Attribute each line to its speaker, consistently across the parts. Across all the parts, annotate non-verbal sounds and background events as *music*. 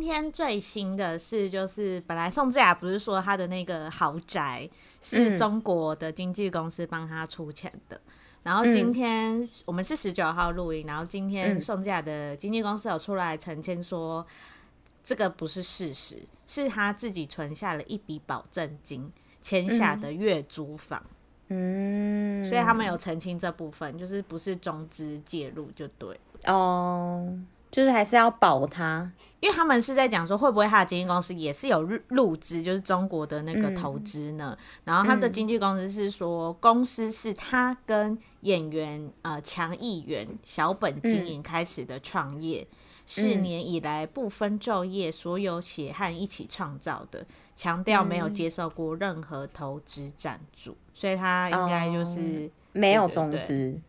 Speaker 1: 天最新的是，就是本来宋智雅不是说她的那个豪宅
Speaker 2: 嗯
Speaker 1: 是中国的经纪公司帮她出钱的。然后今天、我们是十九号录音，然后今天
Speaker 2: 嗯
Speaker 1: 宋智雅的经纪公司有出来澄清说，这个不是事实，是她自己存下了一笔保证金，签下的月租房，
Speaker 2: 嗯，
Speaker 1: 所以他们有澄清这部分，就是不是中资介入就对了。
Speaker 2: 哦，就是还是要保它，
Speaker 1: 因为他们是在讲说，会不会他的经纪公司也是有入入资，就是中国的那个投资呢？然后他的经纪公司是说，公司是他跟演员呃强议员小本经营开始的创业，是年以来不分昼夜，所有血汗一起创造的，强调没有接受过任何投资赞助，所以他应该就是。
Speaker 2: 没有
Speaker 1: 对对
Speaker 2: 中
Speaker 1: 对
Speaker 2: 资，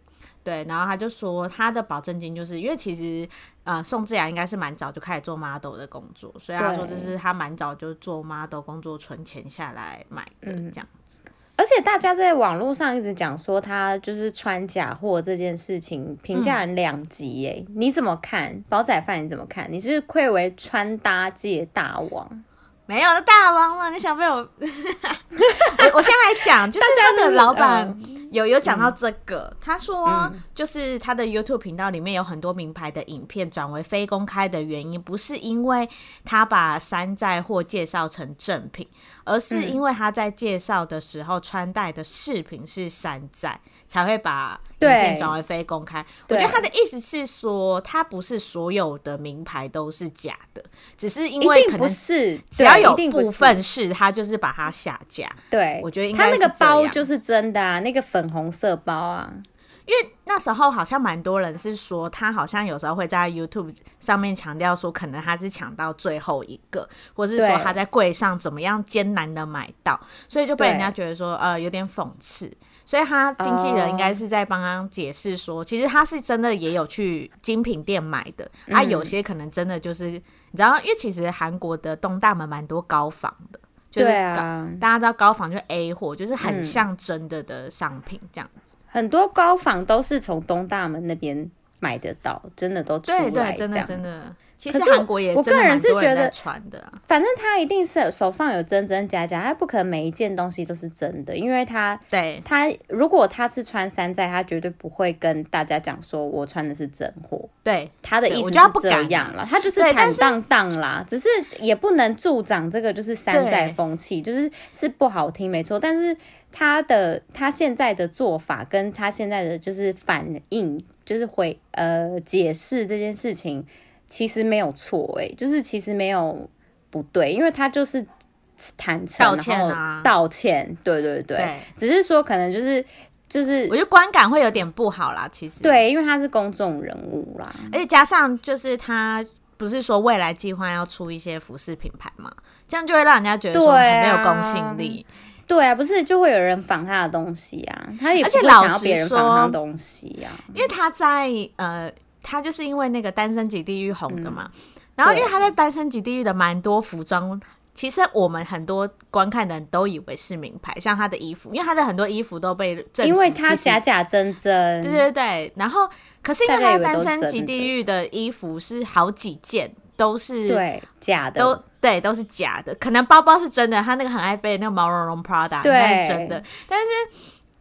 Speaker 1: 对，然后他就说他的保证金就是因为其实呃宋智雅应该是蛮早就开始做 model 的工作，所以他说这
Speaker 2: 对
Speaker 1: 是他蛮早就做 model 工作存钱下来买的这样子。
Speaker 2: 而且大家在网络上一直讲说他就是穿假货这件事情，评价很两极耶、你怎么看？煲仔饭你怎么看？你是愧为穿搭界大王，
Speaker 1: 没有那大王了，你想
Speaker 2: *laughs*
Speaker 1: 被我？我我先来讲，就是他的老板
Speaker 2: 嗯
Speaker 1: 有有讲到这个，他说就是他的 YouTube 频道里面有很多名牌的影片转为非公开的原因，不是因为他把山寨货介绍成正品，而是
Speaker 2: 嗯
Speaker 1: 因为他在介绍的时候穿戴的饰品是山寨，才会把影片
Speaker 2: 对
Speaker 1: 转为非公开。我觉
Speaker 2: 对
Speaker 1: 得他的意思是说，他不是所有的名牌都是假的，只是因
Speaker 2: 一
Speaker 1: 为
Speaker 2: 定
Speaker 1: 可
Speaker 2: 不
Speaker 1: 能
Speaker 2: 是，
Speaker 1: 只要
Speaker 2: 对
Speaker 1: 有
Speaker 2: 一定不
Speaker 1: 部
Speaker 2: 是
Speaker 1: 分是他就是把它下架，
Speaker 2: 对，
Speaker 1: 我觉得应
Speaker 2: 他
Speaker 1: 该
Speaker 2: 那个
Speaker 1: 是这
Speaker 2: 包
Speaker 1: 样
Speaker 2: 就是真的啊，那个粉红色包啊，
Speaker 1: 因为那时候好像蛮多人是说他好像有时候会在 YouTube 上面强调说，可能他是抢到最后一个，或是说
Speaker 2: 对
Speaker 1: 他在柜上怎么样艰难的买到，所以就被
Speaker 2: 对
Speaker 1: 人家觉得说呃有点讽刺。所以他经纪人
Speaker 2: 哦
Speaker 1: 应该是在帮他解释说，其实他是真的也有去精品店买的，啊，
Speaker 2: 嗯
Speaker 1: 有些可能真的就是你知道，因为其实韩国的东大门蛮多高仿的，就是
Speaker 2: 对
Speaker 1: 高
Speaker 2: 啊，
Speaker 1: 大家知道高仿就是 A 货，就是很
Speaker 2: 嗯
Speaker 1: 像真的的商品这样。
Speaker 2: 很多高仿都是从东大门那边买得到，真的都出
Speaker 1: 对
Speaker 2: 来
Speaker 1: 对，真
Speaker 2: 这
Speaker 1: 的
Speaker 2: 样
Speaker 1: 真的。其
Speaker 2: 可
Speaker 1: 实
Speaker 2: 是
Speaker 1: 韩国也
Speaker 2: 我
Speaker 1: 真的
Speaker 2: 个人
Speaker 1: 蛮
Speaker 2: 是
Speaker 1: 多
Speaker 2: 觉
Speaker 1: 人在
Speaker 2: 得
Speaker 1: 传的啊，
Speaker 2: 反正他一定是手上有真真假假，他不可能每一件东西都是真的，因为他
Speaker 1: 对
Speaker 2: 他如果他是穿山寨，他绝对不会跟大家讲说我穿的是真货。
Speaker 1: 对
Speaker 2: 他的
Speaker 1: 对
Speaker 2: 意
Speaker 1: 我
Speaker 2: 思
Speaker 1: 觉得他不
Speaker 2: 是这
Speaker 1: 敢啊
Speaker 2: 样了，他就是
Speaker 1: 对但
Speaker 2: 坦
Speaker 1: 是
Speaker 2: 荡荡啦，只是也不能助长这个就是山寨
Speaker 1: 对
Speaker 2: 风气，就是是不好听没错，但是他的他现在的做法跟他现在的就是反应，就是回呃解释这件事情，其实没有错诶、就是其实没有不对，因为他就是坦诚
Speaker 1: 道歉啊
Speaker 2: 然后道歉，对对对，
Speaker 1: 对，
Speaker 2: 只是说可能就是就是
Speaker 1: 我觉得观感会有点不好啦，其实。
Speaker 2: 对，因为他是公众人物啦，
Speaker 1: 而且加上就是他不是说未来计划要出一些服饰品牌嘛，这样就会让人家觉得说很
Speaker 2: 对
Speaker 1: 没有
Speaker 2: 啊
Speaker 1: 公信力。
Speaker 2: 对啊，不是就会有人仿他的东西啊，他也
Speaker 1: 而
Speaker 2: 不
Speaker 1: 且
Speaker 2: 会
Speaker 1: 老
Speaker 2: 想要
Speaker 1: 实
Speaker 2: 别人仿
Speaker 1: 说
Speaker 2: 他的东西啊。
Speaker 1: 因为他在呃，他就是因为那个《单身即地狱》红
Speaker 2: 嗯
Speaker 1: 的嘛，然后因为他在《单身即地狱》的蛮多服装。其实我们很多观看的人都以为是名牌，像他的衣服，因为他的很多衣服都被证
Speaker 2: 因为
Speaker 1: 实
Speaker 2: 他
Speaker 1: 其实
Speaker 2: 假假真真，
Speaker 1: 对对对，然后可是因为
Speaker 2: 大家
Speaker 1: 他的
Speaker 2: 以为
Speaker 1: 单
Speaker 2: 都
Speaker 1: 身
Speaker 2: 真
Speaker 1: 级
Speaker 2: 的
Speaker 1: 地狱的衣服是好几件，都是
Speaker 2: 对假的，
Speaker 1: 都对都是假的，可能包包是真的，他那个很爱背的那个毛茸茸 Prada 应该是真的，但是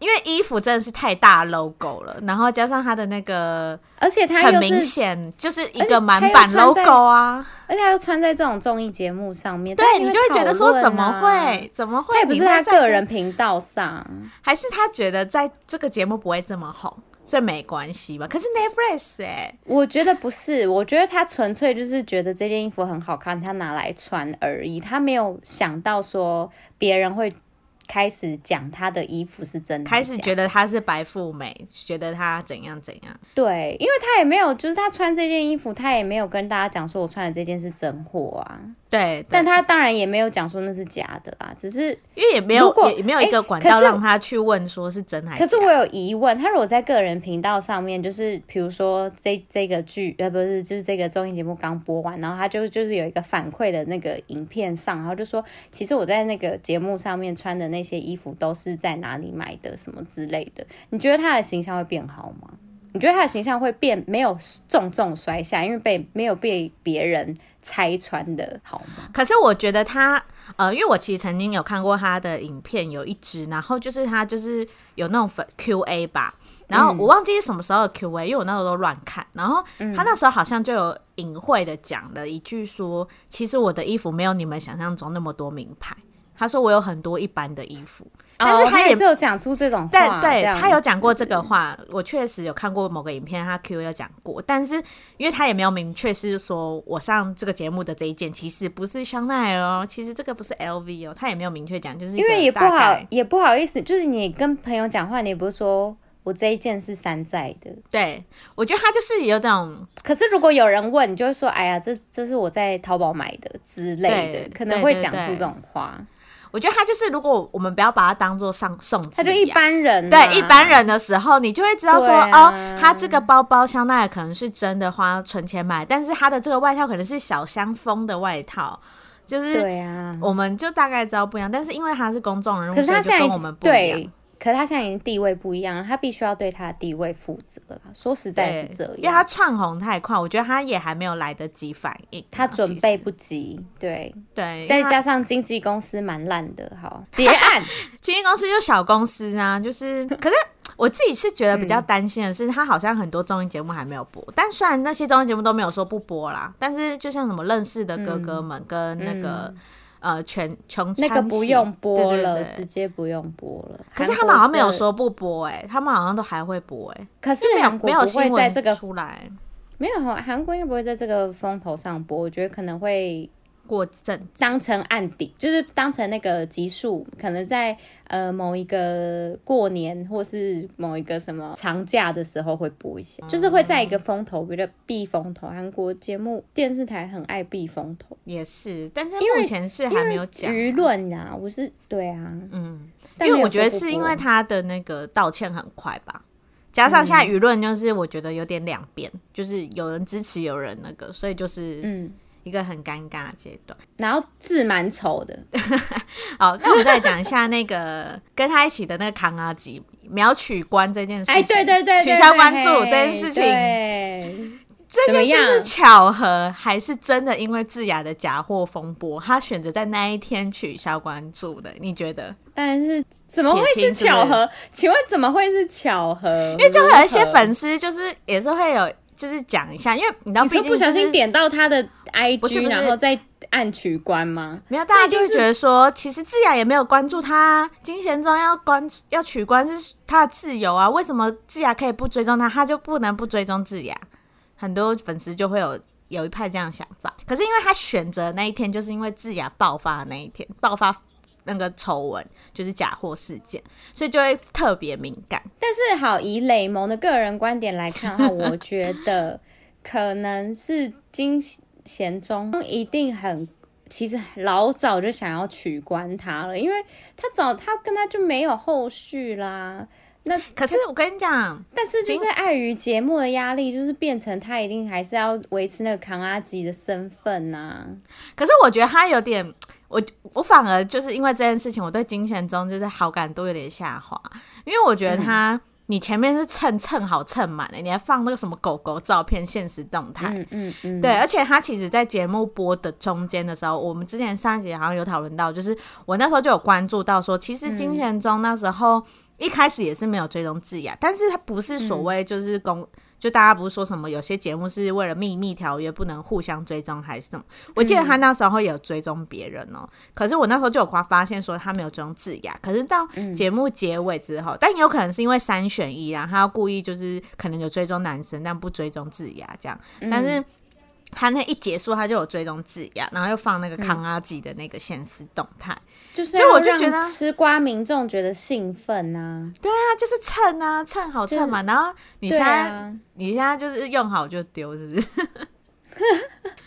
Speaker 1: 因为衣服真的是太大 logo 了，然后加上他的那个
Speaker 2: 而且他
Speaker 1: 很
Speaker 2: 又
Speaker 1: 明
Speaker 2: 是，
Speaker 1: 显就是一
Speaker 2: 而且
Speaker 1: 个满
Speaker 2: 他又
Speaker 1: 版
Speaker 2: 穿在
Speaker 1: logo 啊，
Speaker 2: 而且他又穿在这种综艺节目上面，但
Speaker 1: 对
Speaker 2: 因
Speaker 1: 你
Speaker 2: 为
Speaker 1: 就会觉得
Speaker 2: 讨
Speaker 1: 说
Speaker 2: 论
Speaker 1: 怎么
Speaker 2: 啊？
Speaker 1: 会怎么会
Speaker 2: 他也不
Speaker 1: 你
Speaker 2: 是
Speaker 1: 会
Speaker 2: 他
Speaker 1: 在跟
Speaker 2: 个人频道上，
Speaker 1: 还是他觉得在这个节目不会这么红，所以没关系吧？可是 Netflix 哎、
Speaker 2: 我觉得不是，我觉得他纯粹就是觉得这件衣服很好看，他拿来穿而已，他没有想到说别人会开始讲他的衣服是真的假的，
Speaker 1: 开始觉得她是白富美，觉得她怎样怎样。
Speaker 2: 对，因为他也没有，就是他穿这件衣服，他也没有跟大家讲说我穿的这件是真货啊，
Speaker 1: 对，
Speaker 2: 但
Speaker 1: 但
Speaker 2: 他当然也没有讲说那是假的啦，只是
Speaker 1: 因为也没
Speaker 2: 如
Speaker 1: 有
Speaker 2: 果
Speaker 1: 也也没有一个
Speaker 2: 诶
Speaker 1: 管
Speaker 2: 可
Speaker 1: 道
Speaker 2: 是
Speaker 1: 让她去问说是真还假。
Speaker 2: 可是我有疑问，他如果在个人频道上面，就是比如说这这个剧呃不是，就是这个综艺节目刚播完，然后他就就是有一个反馈的那个影片上，然后就说其实我在那个节目上面穿的那些衣服都是在哪里买的什么之类的，你觉得他的形象会变好吗？你觉得他的形象会变没有重重摔下，因为被没有被别人拆穿的好吗？
Speaker 1: 可是我觉得他，呃，因为我其实曾经有看过他的影片，有一支，然后就是他就是有那种粉 Q&A 吧，然后我忘记是什么时候的 Q&A，因为我那时候都乱看，然后他那时候好像就有隐晦的讲了一句说，其实我的衣服没有你们想象中那么多名牌，他说我有很多一般的衣服，但
Speaker 2: 哦
Speaker 1: 是他也
Speaker 2: 是有讲出这种话，
Speaker 1: 但对
Speaker 2: 这样
Speaker 1: 他有讲过
Speaker 2: 子
Speaker 1: 这个话，我确实有看过某个影片，他 Q 有讲过，但是因为他也没有明确是说我上这个节目的这一件其实不是香奈儿哦，其实这个不是 LV 哦，他也没有明确讲，就是因
Speaker 2: 因为也不好，也不好意思，就是你跟朋友讲话，你也不是说我这一件是山寨的。
Speaker 1: 对我觉得他就是有种
Speaker 2: 可是如果有人问，你就会说：“哎呀，这这是我在淘宝买的之类
Speaker 1: 对
Speaker 2: 的。”可能会
Speaker 1: 对对
Speaker 2: 讲出
Speaker 1: 对
Speaker 2: 这种话，
Speaker 1: 我觉得他就是，如果我们不要把他当做上送子样，
Speaker 2: 他就一般人、啊
Speaker 1: 对一般。人的时候，你就会知道说，
Speaker 2: 对啊
Speaker 1: 哦，他这个包包香奈儿可能是真的花存钱买，但是他的这个外套可能是小香风的外套，就是
Speaker 2: 对啊，
Speaker 1: 我们就大概知道不一样。但是因为他是公众人物，
Speaker 2: 可是他
Speaker 1: 哦所以就
Speaker 2: 现在已
Speaker 1: 跟
Speaker 2: 经
Speaker 1: 我们不一样
Speaker 2: 对。，可是他现在已经地位不一样了，他必须要对他的地位负责了。说实在是这样，
Speaker 1: 因为他窜红太快，我觉得他也还没有来得及反应啊。
Speaker 2: 他准
Speaker 1: 其实
Speaker 2: 备不及，对，
Speaker 1: 对，
Speaker 2: 再
Speaker 1: 因为他
Speaker 2: 加上经纪公司蛮烂的，
Speaker 1: *laughs*
Speaker 2: 好结案。
Speaker 1: 经纪公司就小公司啊，
Speaker 2: *laughs*
Speaker 1: 就是，可是我自己是觉得比
Speaker 2: 嗯
Speaker 1: 较担心的是，他好像很多综艺节目还没有播，但虽然那些综艺节目都没有说不播啦，但是就像什么认识的哥哥们跟那个、呃全穷
Speaker 2: 嗯那个
Speaker 1: 川
Speaker 2: 不
Speaker 1: 崎
Speaker 2: 用播了，
Speaker 1: 对对
Speaker 2: 直
Speaker 1: 对
Speaker 2: 接不用播了。
Speaker 1: 可是
Speaker 2: 韩
Speaker 1: 他
Speaker 2: 国
Speaker 1: 们好像没有
Speaker 2: 这，
Speaker 1: 说不播哎、他们好像都还会播哎、
Speaker 2: 可是
Speaker 1: 没有
Speaker 2: 韩国
Speaker 1: 没有
Speaker 2: 不会
Speaker 1: 新
Speaker 2: 在
Speaker 1: 闻
Speaker 2: 这个
Speaker 1: 出来
Speaker 2: 没有韩国应该不会在这个风头上播，我觉得可能会
Speaker 1: 过阵，
Speaker 2: 当成案底，就是当成那个集数，可能在呃某一个过年或是某一个什么长假的时候会播一些，就是会在一个风头，比如避风头。韩国节目电视台很爱避风头，
Speaker 1: 也是，但是
Speaker 2: 因为
Speaker 1: 目前是还没有讲啊
Speaker 2: 舆论啊，我是对啊，
Speaker 1: 嗯，
Speaker 2: 但
Speaker 1: 因
Speaker 2: 没
Speaker 1: 为
Speaker 2: 有
Speaker 1: 我觉得
Speaker 2: 说不
Speaker 1: 是因
Speaker 2: 播
Speaker 1: 为他的那个道歉很快吧，加上现
Speaker 2: 嗯
Speaker 1: 在舆论就是我觉得有点两边，就是有人支持，有人那个，所以就是
Speaker 2: 嗯，
Speaker 1: 一个很尴尬的阶段。
Speaker 2: 然后字蛮丑的，
Speaker 1: 好，那我们再讲一下那个跟他一起的那个扛阿吉秒取关这件事情，
Speaker 2: 哎，对对对，对
Speaker 1: 取消关注
Speaker 2: 对
Speaker 1: 这件事情，
Speaker 2: 对
Speaker 1: 这件
Speaker 2: 怎么
Speaker 1: 事
Speaker 2: 样
Speaker 1: 是巧合还是真的？因为智雅的假货风波，他选择在那一天取消关注的，你觉得？
Speaker 2: 但是怎么会是巧合？请问怎么会是巧合？因
Speaker 1: 因为哎就会有一些，粉丝，就是也是会有，就是讲一下，因为你知道，
Speaker 2: 你
Speaker 1: 毕竟
Speaker 2: 说不小
Speaker 1: 就是
Speaker 2: 心点到他的 IG，
Speaker 1: 不是不是
Speaker 2: 然后再按取关吗？
Speaker 1: 没有，大家就会
Speaker 2: 那一定是
Speaker 1: 觉得说，其实智雅也没有关注他，金贤中要关要取关是他的自由啊，为什么智雅可以不追踪他，他就不能不追踪智雅？很多粉丝就会有有一派这样的想法，可是因为他选择那一天，就是因为智雅爆发的那一天，爆发那个丑闻就是假货事件，所以就会特别敏感。
Speaker 2: 但是好，以磊蒙的个人观点来看的话，我觉得可能是金贤中一定很，其实老早就想要取关他了，因为他早他跟他就没有后续啦。那
Speaker 1: 可是我跟你讲，
Speaker 2: 但是就是碍于节目的压力，就是变成他一定还是要维持那个扛阿吉的身份啊呐、
Speaker 1: 可是我觉得他有点，我我反而就是因为这件事情，我对金贤中就是好感度有点下滑，因为我觉得他。你前面是蹭蹭好蹭满的，你还放那个什么狗狗照片、现实动态，
Speaker 2: 嗯嗯嗯，
Speaker 1: 对，而且他其实，在节目播的中间的时候，我们之前上一集好像有讨论到，就是我那时候就有关注到说，其实金贤中那时候一开始也是没有追踪智雅，但是他不是所谓就是公。就大家不是说什么有些节目是为了秘密条约不能互相追踪还是什么？我记得他那时候有追踪别人哦、可是我那时候就有发发现说他没有追踪智雅，可是到节目结尾之后，但也有可能是因为三选一啊，他要故意就是可能有追踪男生但不追踪智雅这样，但是他那一结束，他就有追踪智雅，然后又放
Speaker 2: 嗯
Speaker 1: 那个康阿吉的那个现实动态，
Speaker 2: 就是
Speaker 1: 所以我就
Speaker 2: 要让
Speaker 1: 觉得
Speaker 2: 吃瓜民众觉得兴奋啊呐、
Speaker 1: 那就是蹭啊，蹭好蹭嘛。然后你
Speaker 2: 嗯对
Speaker 1: 现在、
Speaker 2: 啊，
Speaker 1: 你现在就是用好就丢，是不是？ *laughs*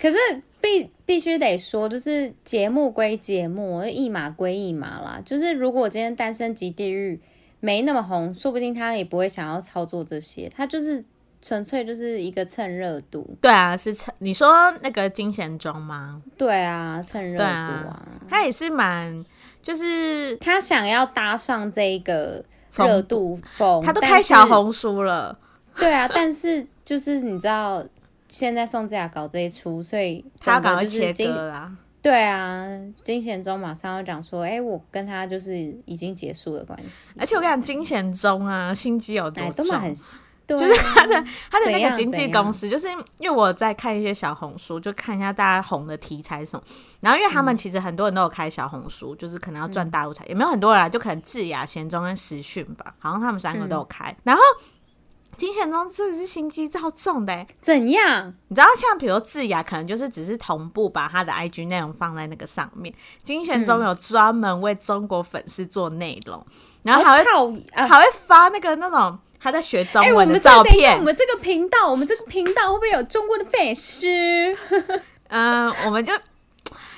Speaker 2: 可是必必须得说，就是节目归节目，一码归一码啦。就是如果今天《单身级地狱》没那么红，说不定他也不会想要操作这些，他就是纯粹就是一个蹭热度。
Speaker 1: 对啊，是蹭。你说那个金贤中吗？
Speaker 2: 对啊，蹭热度
Speaker 1: 对
Speaker 2: 啊
Speaker 1: 啊。他也是蛮就是。
Speaker 2: 他想要搭上这一个
Speaker 1: 风
Speaker 2: 热度风，
Speaker 1: 他都
Speaker 2: 但
Speaker 1: 开
Speaker 2: 是
Speaker 1: 小，红书了，
Speaker 2: 对啊， *laughs* 但是就是你知道，现在宋智雅搞这一出，所以
Speaker 1: 他要
Speaker 2: 整
Speaker 1: 赶
Speaker 2: 个
Speaker 1: 快
Speaker 2: 就是
Speaker 1: 切
Speaker 2: 金
Speaker 1: 割啦。
Speaker 2: 对啊，金贤中马上要讲说，哎、我跟他就是已经结束了关系，
Speaker 1: 而且我跟你讲，金贤中啊，心机有多
Speaker 2: 哎，都
Speaker 1: 重，
Speaker 2: 蛮很，对、啊，
Speaker 1: 就是他的他的
Speaker 2: 怎
Speaker 1: 那
Speaker 2: 样
Speaker 1: 个经纪
Speaker 2: 怎样
Speaker 1: 公司，就是因为我在看一些小红书，就看一下大家红的题材什么。然后因为
Speaker 2: 嗯
Speaker 1: 他们其实很多人都有开小红书，就是可能要赚大陆财，也没有很多人、啊，就可能智雅、贤中跟时讯吧，好像他们三个都
Speaker 2: 嗯
Speaker 1: 有开。然后金贤中真的是心机超重的欸、
Speaker 2: 怎样？
Speaker 1: 你知道，像比如智雅，可能就是只是同步把他的 IG 内容放在那个上面。金贤
Speaker 2: 嗯
Speaker 1: 中有专门为中国粉丝做内容，然后还会、
Speaker 2: 好
Speaker 1: 还
Speaker 2: 啊！
Speaker 1: 会发那个那种他在学中
Speaker 2: 哎、我
Speaker 1: 文
Speaker 2: 们
Speaker 1: 的
Speaker 2: 这
Speaker 1: 照
Speaker 2: 等一下
Speaker 1: 片
Speaker 2: 我。们这个频道，我们这个频道会不会有中国的粉丝？
Speaker 1: 嗯、我们就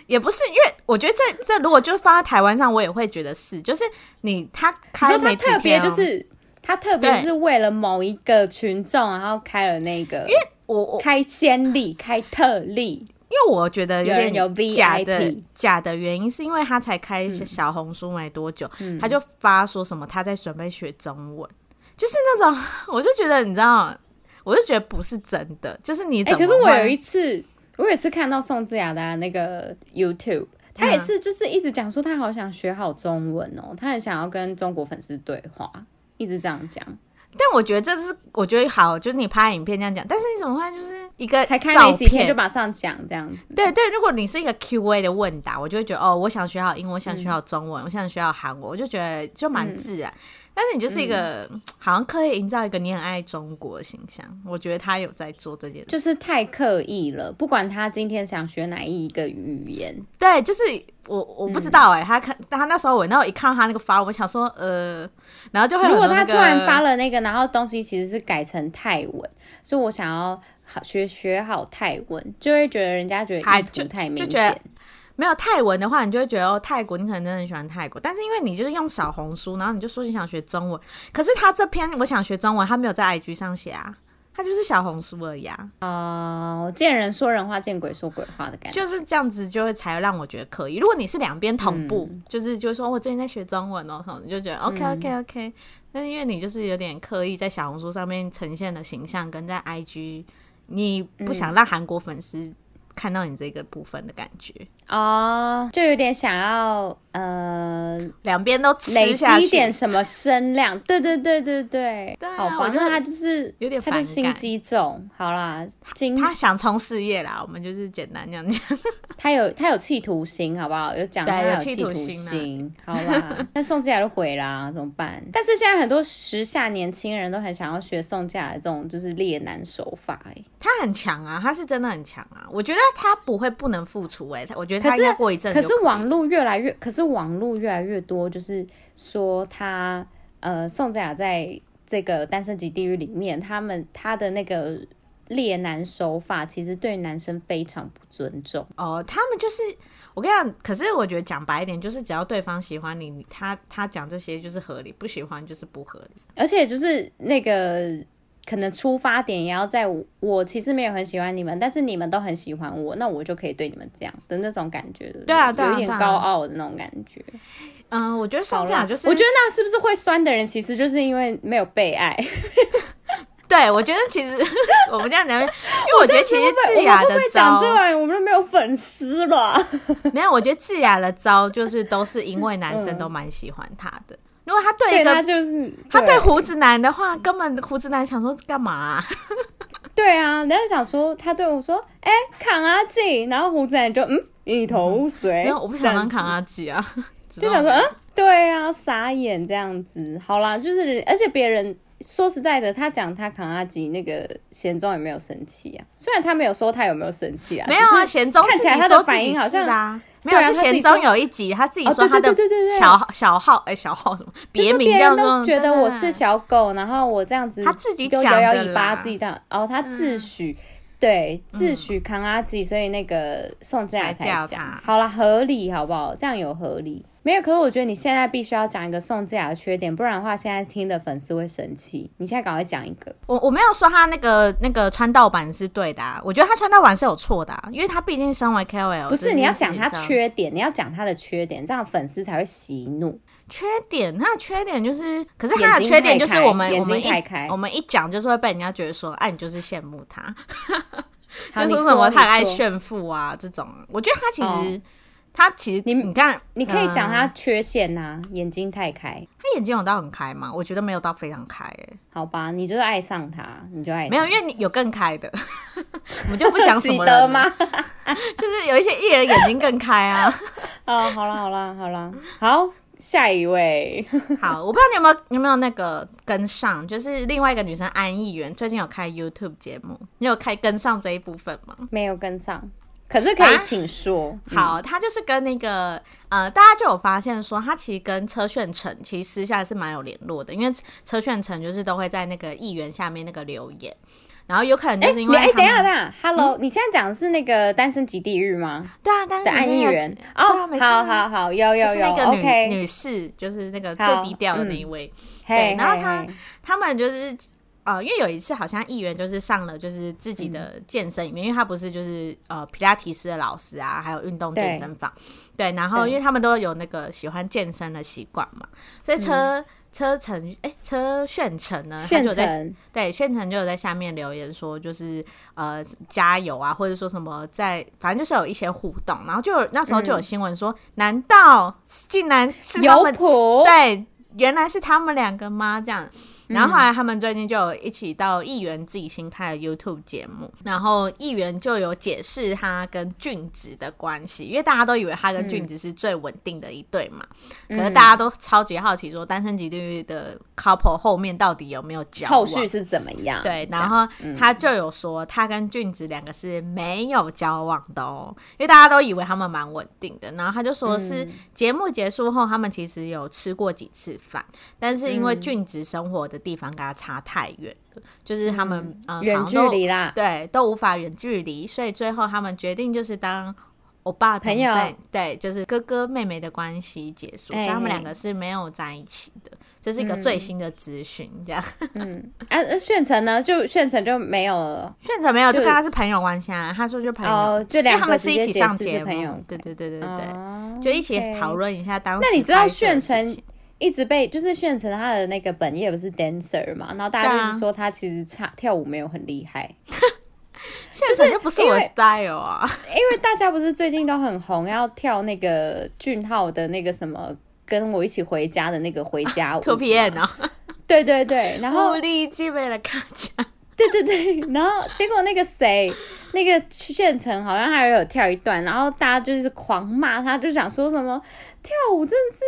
Speaker 1: 也不是，因为我觉得这这如果就放在台湾上，我也会觉得是，就是你他
Speaker 2: 你
Speaker 1: 开
Speaker 2: 说
Speaker 1: 没
Speaker 2: 他
Speaker 1: 几
Speaker 2: 特
Speaker 1: 天
Speaker 2: 别
Speaker 1: 哦、
Speaker 2: 就是他特别
Speaker 1: 对
Speaker 2: 就是为了某一个群众，然后开了那个，因为
Speaker 1: 我我
Speaker 2: 开先例、开特例，
Speaker 1: 因为我觉得有
Speaker 2: 有人
Speaker 1: 点
Speaker 2: 有
Speaker 1: 假的
Speaker 2: VIP
Speaker 1: 假的原因，是因为他才开
Speaker 2: 嗯
Speaker 1: 小红书没多久，他就发说什么他在准备学中文，就是那种 *laughs* 我就觉得你知道，我就觉得不是真的，就是你
Speaker 2: 哎、
Speaker 1: 怎么
Speaker 2: 可
Speaker 1: 会、
Speaker 2: 是我有一次，我有一次看到宋智雅的、那个
Speaker 1: 嗯
Speaker 2: YouTube，她也是就是一直讲说她好想学好中文哦，她很想要跟中国粉丝对话，一直这样讲。
Speaker 1: 但我觉得这是我觉得好，就是你拍影片这样讲，但是你怎么会就是一个
Speaker 2: 才开
Speaker 1: 呃照
Speaker 2: 没几天
Speaker 1: 片
Speaker 2: 就马上讲这样子，
Speaker 1: 对对，如果你是一个 Q&A 的问答，我就会觉得哦，我想学好英文，我想
Speaker 2: 嗯
Speaker 1: 学好中文，我想学好韩文，我就觉得就蛮自然。但是你就是一个、
Speaker 2: 嗯
Speaker 1: 好像刻意营造一个你很爱中国的形象，我觉得他有在做这件事。
Speaker 2: 就是太刻意了。不管他今天想学哪一个语言，
Speaker 1: 对，就是我我不知
Speaker 2: 嗯
Speaker 1: 道哎、他看他那时候我那我一看到他那个发文，我想说呃，然后就会有
Speaker 2: 如果
Speaker 1: 很多
Speaker 2: 他
Speaker 1: 那
Speaker 2: 突然
Speaker 1: 个
Speaker 2: 发了那个，然后东西其实是改成泰文，所以我想要好学学好泰文，就会觉得人家觉得
Speaker 1: 哎
Speaker 2: 意图
Speaker 1: 就
Speaker 2: 太
Speaker 1: 就
Speaker 2: 明
Speaker 1: 觉得
Speaker 2: 显。
Speaker 1: 没有泰文的话，你就会觉得哦，泰国你可能真的很喜欢泰国，但是因为你就是用小红书，然后你就说你想学中文，可是他这篇我想学中文，他没有在 IG 上写啊，他就是小红书而已啊，
Speaker 2: 哦，见人说人话，见鬼说鬼话的感觉。
Speaker 1: 就是这样子就会才让我觉得可以。如果你是两边同步，
Speaker 2: 嗯
Speaker 1: 就是就是说我最近在学中文哦什么的，你就觉得 OK OK OK，、但是因为你就是有点刻意在小红书上面呈现的形象跟在 IG，你不
Speaker 2: 嗯
Speaker 1: 想让韩国粉丝看到你这个部分的感觉，
Speaker 2: 哦，就有点想要呃
Speaker 1: 两边都吃
Speaker 2: 累积
Speaker 1: 下去
Speaker 2: 一点什么声量，对对对对对，
Speaker 1: 对啊
Speaker 2: 好
Speaker 1: 我
Speaker 2: 吧，
Speaker 1: 真的
Speaker 2: 那他就是
Speaker 1: 有点
Speaker 2: 他
Speaker 1: 反感
Speaker 2: 就心机重，好啦，金
Speaker 1: 他想冲事业啦，我们就是简单这样讲。 *laughs*
Speaker 2: 他有他有企图心，好不好？有讲
Speaker 1: 对
Speaker 2: 他
Speaker 1: 有
Speaker 2: 企
Speaker 1: 企
Speaker 2: 图
Speaker 1: 图
Speaker 2: 心啊
Speaker 1: 心，
Speaker 2: 好 *laughs* 啦。但宋智雅就毁啦，怎么办？但是现在很多时下年轻人都很想要学宋智雅的这种就是猎男手法、欸，
Speaker 1: 他很强啊，他是真的很强啊。我觉得他不会不能付出哎、他我觉得
Speaker 2: 可
Speaker 1: 他
Speaker 2: 是
Speaker 1: 应该过一阵
Speaker 2: 可
Speaker 1: 就是以
Speaker 2: 网络越来越，可是网络越来越多，就是说他呃宋智雅在这个《单身级地狱》里面，他们他的那个猎男手法其实对男生非常不尊重。
Speaker 1: 哦，他们就是我跟你讲，可是我觉得讲白一点，就是只要对方喜欢你，你他他讲这些就是合理，不喜欢就是不合理。
Speaker 2: 而且就是那个可能出发点也要在我我其实没有很喜欢你们，但是你们都很喜欢我，那我就可以对你们这样的那种感觉，不
Speaker 1: 对啊对啊
Speaker 2: 有一点
Speaker 1: 对啊
Speaker 2: 高傲的那种感觉。
Speaker 1: 嗯，我觉得
Speaker 2: 好
Speaker 1: 宋智
Speaker 2: 啦，
Speaker 1: 雅就是，
Speaker 2: 我觉得那是不是会酸的人，其实就是因为没有被爱。
Speaker 1: 对我觉得其实 *laughs* 我们这样讲，因为我觉得其实啊智雅
Speaker 2: 我
Speaker 1: 的
Speaker 2: 们会不会讲
Speaker 1: 招
Speaker 2: 这玩意，我们都没有粉丝了。
Speaker 1: 没有，我觉得智雅的招就是都是因为男生都蛮喜欢他的。如果他
Speaker 2: 嗯所
Speaker 1: 对
Speaker 2: 以
Speaker 1: 一
Speaker 2: 他
Speaker 1: 个
Speaker 2: 就是
Speaker 1: 他对胡子男的话，根本胡子男想说干嘛啊、
Speaker 2: 哎对啊，人家想说他对我说：“哎、扛阿进。”然后胡子男就嗯一头雾水。
Speaker 1: 没有，我不
Speaker 2: 这
Speaker 1: 想
Speaker 2: 样
Speaker 1: 当扛阿基啊， *laughs* 就
Speaker 2: 就想说，嗯，对啊，傻眼这样子。好啦，就是而且别人说实在的，他讲他扛阿吉那个贤忠也没有生气啊，虽然他没有说他有没有生气啊，
Speaker 1: 没有啊，
Speaker 2: 只是
Speaker 1: 贤忠
Speaker 2: 看起来
Speaker 1: 自己
Speaker 2: 他的
Speaker 1: 说自
Speaker 2: 反应
Speaker 1: 己
Speaker 2: 好
Speaker 1: 是
Speaker 2: 像
Speaker 1: 的啊。没
Speaker 2: 对啊
Speaker 1: 有，是
Speaker 2: 他自己
Speaker 1: 贤
Speaker 2: 说
Speaker 1: 忠有一集，他自己
Speaker 2: 哦
Speaker 1: 说
Speaker 2: 对
Speaker 1: 他
Speaker 2: 对
Speaker 1: 的
Speaker 2: 对对对对
Speaker 1: 小号小号，哎，小号什么别
Speaker 2: 就是
Speaker 1: 名
Speaker 2: 别
Speaker 1: 叫
Speaker 2: 人
Speaker 1: 做
Speaker 2: 都觉得我是
Speaker 1: 对
Speaker 2: 小狗，然后我这样子，
Speaker 1: 他自己
Speaker 2: 就
Speaker 1: 讲
Speaker 2: 摇
Speaker 1: 的
Speaker 2: 摇尾
Speaker 1: 啦
Speaker 2: 巴，
Speaker 1: 嗯
Speaker 2: 自己当哦，他自诩。对，自诩扛阿吉，所以那个宋智雅
Speaker 1: 才
Speaker 2: 才
Speaker 1: 叫
Speaker 2: 讲
Speaker 1: 他
Speaker 2: 好啦，合理好不好？这样有合理，没有，可是我觉得你现在必须要讲一个宋智雅的缺点，不然的话，现在听的粉丝会生气。你现在赶快讲一个，
Speaker 1: 我我没有说他那个那个穿盗版是对的、啊，我觉得他穿盗版是有错的、啊，因为他毕竟身为 KOL，
Speaker 2: 不
Speaker 1: 这
Speaker 2: 是
Speaker 1: 件
Speaker 2: 你要
Speaker 1: 事情
Speaker 2: 讲他
Speaker 1: 上
Speaker 2: 缺点，你要讲他的缺点，这样粉丝才会喜怒。
Speaker 1: 缺点，他的缺点就是，可是他
Speaker 2: 眼
Speaker 1: 的
Speaker 2: 睛
Speaker 1: 缺点就是
Speaker 2: 太开
Speaker 1: 我们
Speaker 2: 眼
Speaker 1: 我们
Speaker 2: 睛太开
Speaker 1: 一我们一讲就是会被人家觉得说，哎、你就是羡慕他，
Speaker 2: 好，
Speaker 1: *laughs* 就
Speaker 2: 你
Speaker 1: 说什么
Speaker 2: 你
Speaker 1: 他很爱
Speaker 2: 说哦
Speaker 1: 炫富啊这种。我觉得他其实、他其实
Speaker 2: 你
Speaker 1: 你看，
Speaker 2: 你可以
Speaker 1: 嗯
Speaker 2: 讲他缺陷呐、眼睛太开，
Speaker 1: 他眼睛有到很开吗？我觉得没有到非常开、欸，
Speaker 2: 好吧，你就是爱上他，你就爱上
Speaker 1: 没有，因为你有更开的， *laughs* 我们就不讲什
Speaker 2: 喜
Speaker 1: 么
Speaker 2: *laughs* 德
Speaker 1: 人
Speaker 2: 吗
Speaker 1: 了，？ *laughs* 就是有一些艺人眼睛更开啊。
Speaker 2: 哦，好啦好啦好啦，好，下一位，
Speaker 1: 好，我不知道你有没有你有没有那个跟上，就是另外一个女生安艺媛最近有开 YouTube 节目，你有开跟上这一部分吗？
Speaker 2: 没有跟上，可是可以
Speaker 1: 啊
Speaker 2: 请说，
Speaker 1: 好，他就是跟那个呃，大家就有发现说，他其实跟车炫成其实私下是蛮有联络的，因为车炫成就是都会在那个议员下面那个留言，然后有可能就是因
Speaker 2: 你
Speaker 1: 为
Speaker 2: 哎、
Speaker 1: 他
Speaker 2: 等一
Speaker 1: 们
Speaker 2: 下，等一下，Hello，、你现在讲的是那个《单身即地狱》吗？
Speaker 1: 对啊，但是
Speaker 2: 的安
Speaker 1: 你
Speaker 2: 逸
Speaker 1: 那个
Speaker 2: 人
Speaker 1: 对啊
Speaker 2: 哦
Speaker 1: 没，错
Speaker 2: 好
Speaker 1: 啊
Speaker 2: 好好，有
Speaker 1: 就
Speaker 2: 有
Speaker 1: 是
Speaker 2: 有
Speaker 1: 那个女
Speaker 2: ，OK，
Speaker 1: 女士，就是那个
Speaker 2: 好
Speaker 1: 最低调的那一
Speaker 2: 嗯
Speaker 1: 位，
Speaker 2: 嘿
Speaker 1: 对，然后
Speaker 2: 嘿
Speaker 1: 他
Speaker 2: 嘿
Speaker 1: 他们就是呃，因为有一次好像议员就是上了就是自己的
Speaker 2: 嗯
Speaker 1: 健身里面，因为他不是就是呃皮拉提斯的老师啊，还有运动健身房，对，然后
Speaker 2: 对
Speaker 1: 因为他们都有那个喜欢健身的习惯嘛，所以车。车程哎、车炫成呢？他
Speaker 2: 嗯炫
Speaker 1: 就有在
Speaker 2: 成
Speaker 1: 对炫成就有在下面留言说，就是呃加油啊，或者说什么在，反正就是有一些互动，然后就有那时候就有
Speaker 2: 嗯
Speaker 1: 新闻说，难道竟然是他
Speaker 2: 有
Speaker 1: 们
Speaker 2: 谱，
Speaker 1: 对，原来是他们两个吗？这
Speaker 2: 嗯
Speaker 1: 样。然后后来他们最近就有一起到议员自己新开的 YouTube 节目，然后议员就有解释他跟俊子的关系，因为大家都以为他跟
Speaker 2: 嗯
Speaker 1: 俊子是最稳定的一对嘛，可是大家都超级好奇说单身级地狱的 couple 后面到底有没有交往？
Speaker 2: 后续是怎么样？
Speaker 1: 对，
Speaker 2: 这样嗯
Speaker 1: 然后他就有说，他跟俊子两个是没有交往的哦，因为大家都以为他们蛮稳定的。然后他就说是
Speaker 2: 嗯
Speaker 1: 节目结束后，他们其实有吃过几次饭，但是
Speaker 2: 嗯
Speaker 1: 因为俊子生活的地方跟他差太远了，就是他们呃
Speaker 2: 嗯远
Speaker 1: 好
Speaker 2: 距
Speaker 1: 像都
Speaker 2: 离啦，
Speaker 1: 对都无法远距离，所以最后他们决定就是当。欧巴同
Speaker 2: 朋友
Speaker 1: 在对，就是哥哥妹妹的关系结束，所以他们
Speaker 2: 哎嗯
Speaker 1: 两个是没有在一起的，这是一个最新的资讯，这样。
Speaker 2: 啊，呃炫成呢？就炫成就没有了，
Speaker 1: 炫成没有，就
Speaker 2: 就
Speaker 1: 跟他是朋友关系啊。他说就朋友，
Speaker 2: 哦就
Speaker 1: 因为
Speaker 2: 两个
Speaker 1: 他们是一
Speaker 2: 直
Speaker 1: 起
Speaker 2: 接
Speaker 1: 上
Speaker 2: 解释
Speaker 1: 节目，
Speaker 2: 是朋友
Speaker 1: 对对对对对，
Speaker 2: 哦
Speaker 1: 就一起
Speaker 2: OK
Speaker 1: 讨论一下当时
Speaker 2: 那你知道
Speaker 1: 拍摄的
Speaker 2: 炫
Speaker 1: 事
Speaker 2: 成
Speaker 1: 情
Speaker 2: 一直被就是炫成他的那个本业不是 dancer 嘛，然后大家
Speaker 1: 对
Speaker 2: 就
Speaker 1: 啊
Speaker 2: 一直说他其实差跳舞没有很厉害，
Speaker 1: 炫成就不是
Speaker 2: 因
Speaker 1: 我的
Speaker 2: 为
Speaker 1: style 啊， *laughs*
Speaker 2: 因为大家不是最近都很红，要跳那个俊浩的那个什么。跟我一起回家的那个回家舞，
Speaker 1: *laughs* 图片哦，
Speaker 2: 对对对，然后
Speaker 1: 目力基本的看起
Speaker 2: *laughs*
Speaker 1: 来，
Speaker 2: 对对对，然后结果那个谁，那个炫成好像还有跳一段，然后大家就是狂骂他，就想说什么跳舞真的是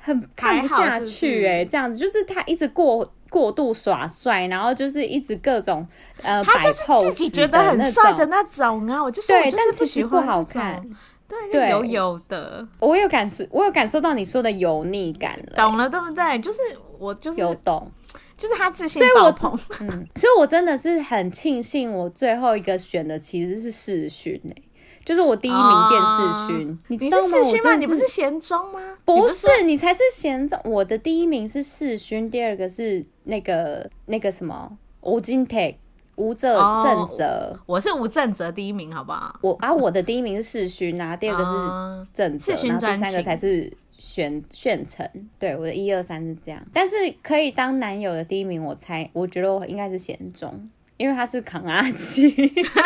Speaker 2: 很看不下去哎、
Speaker 1: 还好是
Speaker 2: 这样子就是他一直过过度耍帅，然后就是一直各种呃
Speaker 1: 他
Speaker 2: 摆
Speaker 1: 就是
Speaker 2: pose
Speaker 1: 自己觉得很帅的
Speaker 2: 的那种。
Speaker 1: 那种啊，我就说
Speaker 2: 对
Speaker 1: 我就
Speaker 2: 但
Speaker 1: 是
Speaker 2: 其
Speaker 1: 不
Speaker 2: 实
Speaker 1: 喜
Speaker 2: 不
Speaker 1: 欢
Speaker 2: 好
Speaker 1: 这种
Speaker 2: 看，
Speaker 1: 对，就
Speaker 2: 对
Speaker 1: 油油的，
Speaker 2: 我有感受，我有感受到你说的油腻感了，
Speaker 1: 懂了对不对？就是我就是
Speaker 2: 有懂。
Speaker 1: 就是他自信
Speaker 2: 所以我
Speaker 1: 爆棚，
Speaker 2: 嗯，所以我真的是很庆幸，我最后一个选的其实是世勋诶、就是我第一名变世勋、你知
Speaker 1: *laughs* 哦你
Speaker 2: 道吗？
Speaker 1: 是世
Speaker 2: 我
Speaker 1: 勋
Speaker 2: 真
Speaker 1: 吗？
Speaker 2: 的
Speaker 1: 你不是贤忠吗？你
Speaker 2: 不
Speaker 1: 是
Speaker 2: 是，你才是闲着。我的第一名是世勋，第二个是那个那个什么吴金泰、吴哲
Speaker 1: 哦
Speaker 2: 正哲。
Speaker 1: 我是吴正哲第一名，好不好？
Speaker 2: 我啊，我的第一名是世勋啊，第二个是
Speaker 1: 啊
Speaker 2: 正哲，
Speaker 1: 世勋
Speaker 2: 然后第
Speaker 1: 专
Speaker 2: 三个
Speaker 1: 情
Speaker 2: 才是玄炫成。对，我的一二三是这样，但是可以当男友的第一名，我猜我觉得我应该是贤忠，因为他是扛阿七。
Speaker 1: 而且他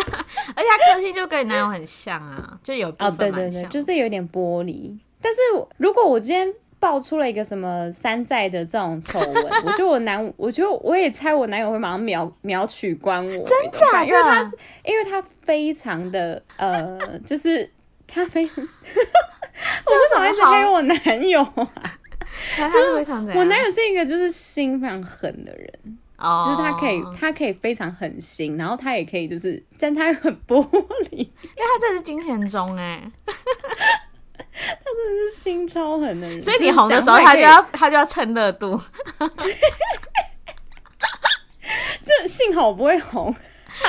Speaker 1: 个性就跟你男友很像啊，就有部
Speaker 2: 哦，
Speaker 1: 分
Speaker 2: 对对
Speaker 1: 蛮
Speaker 2: 对，
Speaker 1: 像。哎
Speaker 2: 就是有点玻璃。但是我如果我今天爆出了一个什么山寨的这种丑闻，我觉得我男，我觉得我也猜我男友会马上秒秒取关我，真
Speaker 1: 假的
Speaker 2: 因为他因为他非常的呃，就是他非，
Speaker 1: *laughs*
Speaker 2: 我为什么一直黑我男友啊？
Speaker 1: 哎他是非常怎样
Speaker 2: 我男友是一个就是心非常狠的人，
Speaker 1: 哦，
Speaker 2: 就是他可以他可以非常狠心，然后他也可以就是，但他又很玻璃， *laughs*
Speaker 1: 因为他这是金钱钟哎，
Speaker 2: 就是心超狠的人。
Speaker 1: 所以
Speaker 2: 就
Speaker 1: 你
Speaker 2: 是
Speaker 1: 红的
Speaker 2: 讲
Speaker 1: 时候
Speaker 2: 话
Speaker 1: 他
Speaker 2: 可
Speaker 1: 就
Speaker 2: 以
Speaker 1: 要他就要蹭热度， *laughs*
Speaker 2: 这幸好我不会红，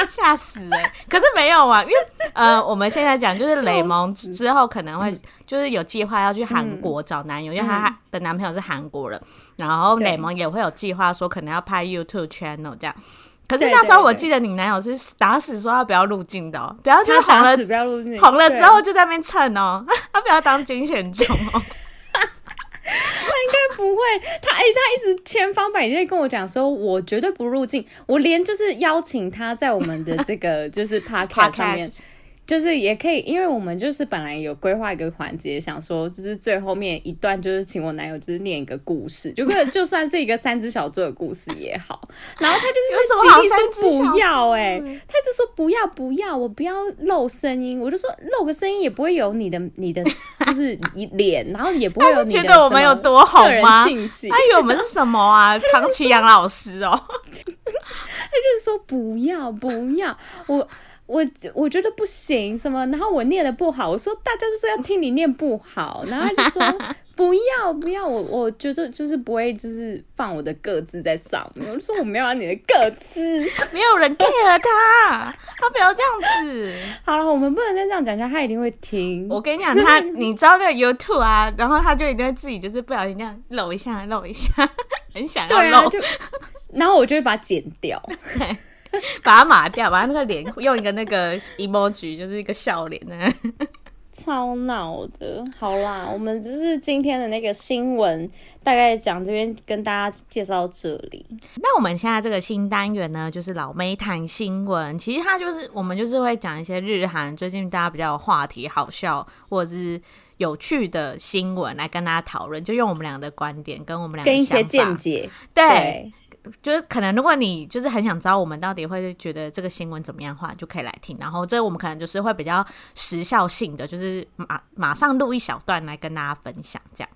Speaker 1: 吓死哎、可是没有啊，因为呃，我们现在讲就是雷蒙之后可能会
Speaker 2: 嗯
Speaker 1: 就是有计划要去韩国找男友，因为她的男朋友是韩国人，然后
Speaker 2: 对
Speaker 1: 雷蒙也会有计划说可能要拍 YouTube channel 这样。可是
Speaker 2: 对
Speaker 1: 那时候
Speaker 2: 对
Speaker 1: 我
Speaker 2: 对
Speaker 1: 记得你男友是打死说他不要入镜的、哦，不要就是红
Speaker 2: 打
Speaker 1: 了
Speaker 2: 死不要录进去
Speaker 1: 红了
Speaker 2: 对
Speaker 1: 之后就在那边蹭哦， *laughs* 他不要当精选中哦。
Speaker 2: 不会，他哎、他一直千方百计跟我讲说，我绝对不入境，我连就是邀请他在我们的这个就是 *laughs* podcast 上面
Speaker 1: Podcast。
Speaker 2: 就是也可以，因为我们就是本来有规划一个环节，想说就是最后面一段就是请我男友就是念一个故事，就可就算是一个三只小猪的故事
Speaker 1: *laughs*
Speaker 2: 也好，然后他
Speaker 1: 有什么好
Speaker 2: 就是
Speaker 1: 三只
Speaker 2: 极力说
Speaker 1: 小
Speaker 2: 不
Speaker 1: 猪
Speaker 2: 要、欸，哎，他就说不要不要，我不要露声音，我就说露个声音也不会有你的你的就是一脸，然后也不会有
Speaker 1: 是
Speaker 2: 你
Speaker 1: 觉
Speaker 2: 的
Speaker 1: 得我们
Speaker 2: 什
Speaker 1: 有
Speaker 2: 么
Speaker 1: 多好
Speaker 2: 个人
Speaker 1: 吗
Speaker 2: 信息，
Speaker 1: 他哎以为我们是什么啊？唐奇阳老师哦，
Speaker 2: 就是说不要不要，我我我觉得不行什么，然后我念的不好，我说大家就是要听你念不好，然后他就说不要不要，我我觉得就是不会就是放我的个字在上面，我就说我没有要你的个字。
Speaker 1: 没有人 care 他，他不要这样子。
Speaker 2: 好了，我们不能再这样讲下去，他一定会听。
Speaker 1: 我跟你讲，他你知道那个 YouTube 啊，然后他就一定会自己就是不小心这样搂一下搂一下， *laughs* 很想要
Speaker 2: 对啊，
Speaker 1: 搂，
Speaker 2: 就然后我就会把它剪掉。
Speaker 1: 把它抹掉，把他那个脸用一个那个 emoji，就是一个笑脸呢。
Speaker 2: 超闹的，好啦，我们就是今天的那个新闻，大概讲这边跟大家介绍这里。
Speaker 1: 那我们现在这个新单元呢，就是老妹谈新闻。其实它就是我们就是会讲一些日韩最近大家比较有话题、好笑或者是有趣的新闻来跟大家讨论，就用我们俩的观点跟我们俩的
Speaker 2: 跟一些
Speaker 1: 想法
Speaker 2: 见。解，
Speaker 1: 对，，就是可能如果你就是很想知道我们到底会觉得这个新闻怎么样的话，就可以来听。然后这我们可能就是会比较时效性的，就是马马上录一小段来跟大家分享这样。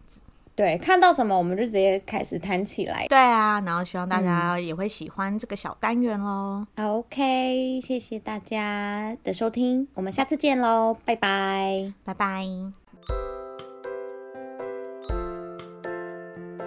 Speaker 2: 对，看到什么我们就直接开始谈起来。
Speaker 1: 对啊，然后希望大家
Speaker 2: 嗯
Speaker 1: 也会喜欢这个小单元喽。
Speaker 2: OK，谢谢大家的收听，我们下次见喽，拜拜。
Speaker 1: 拜拜。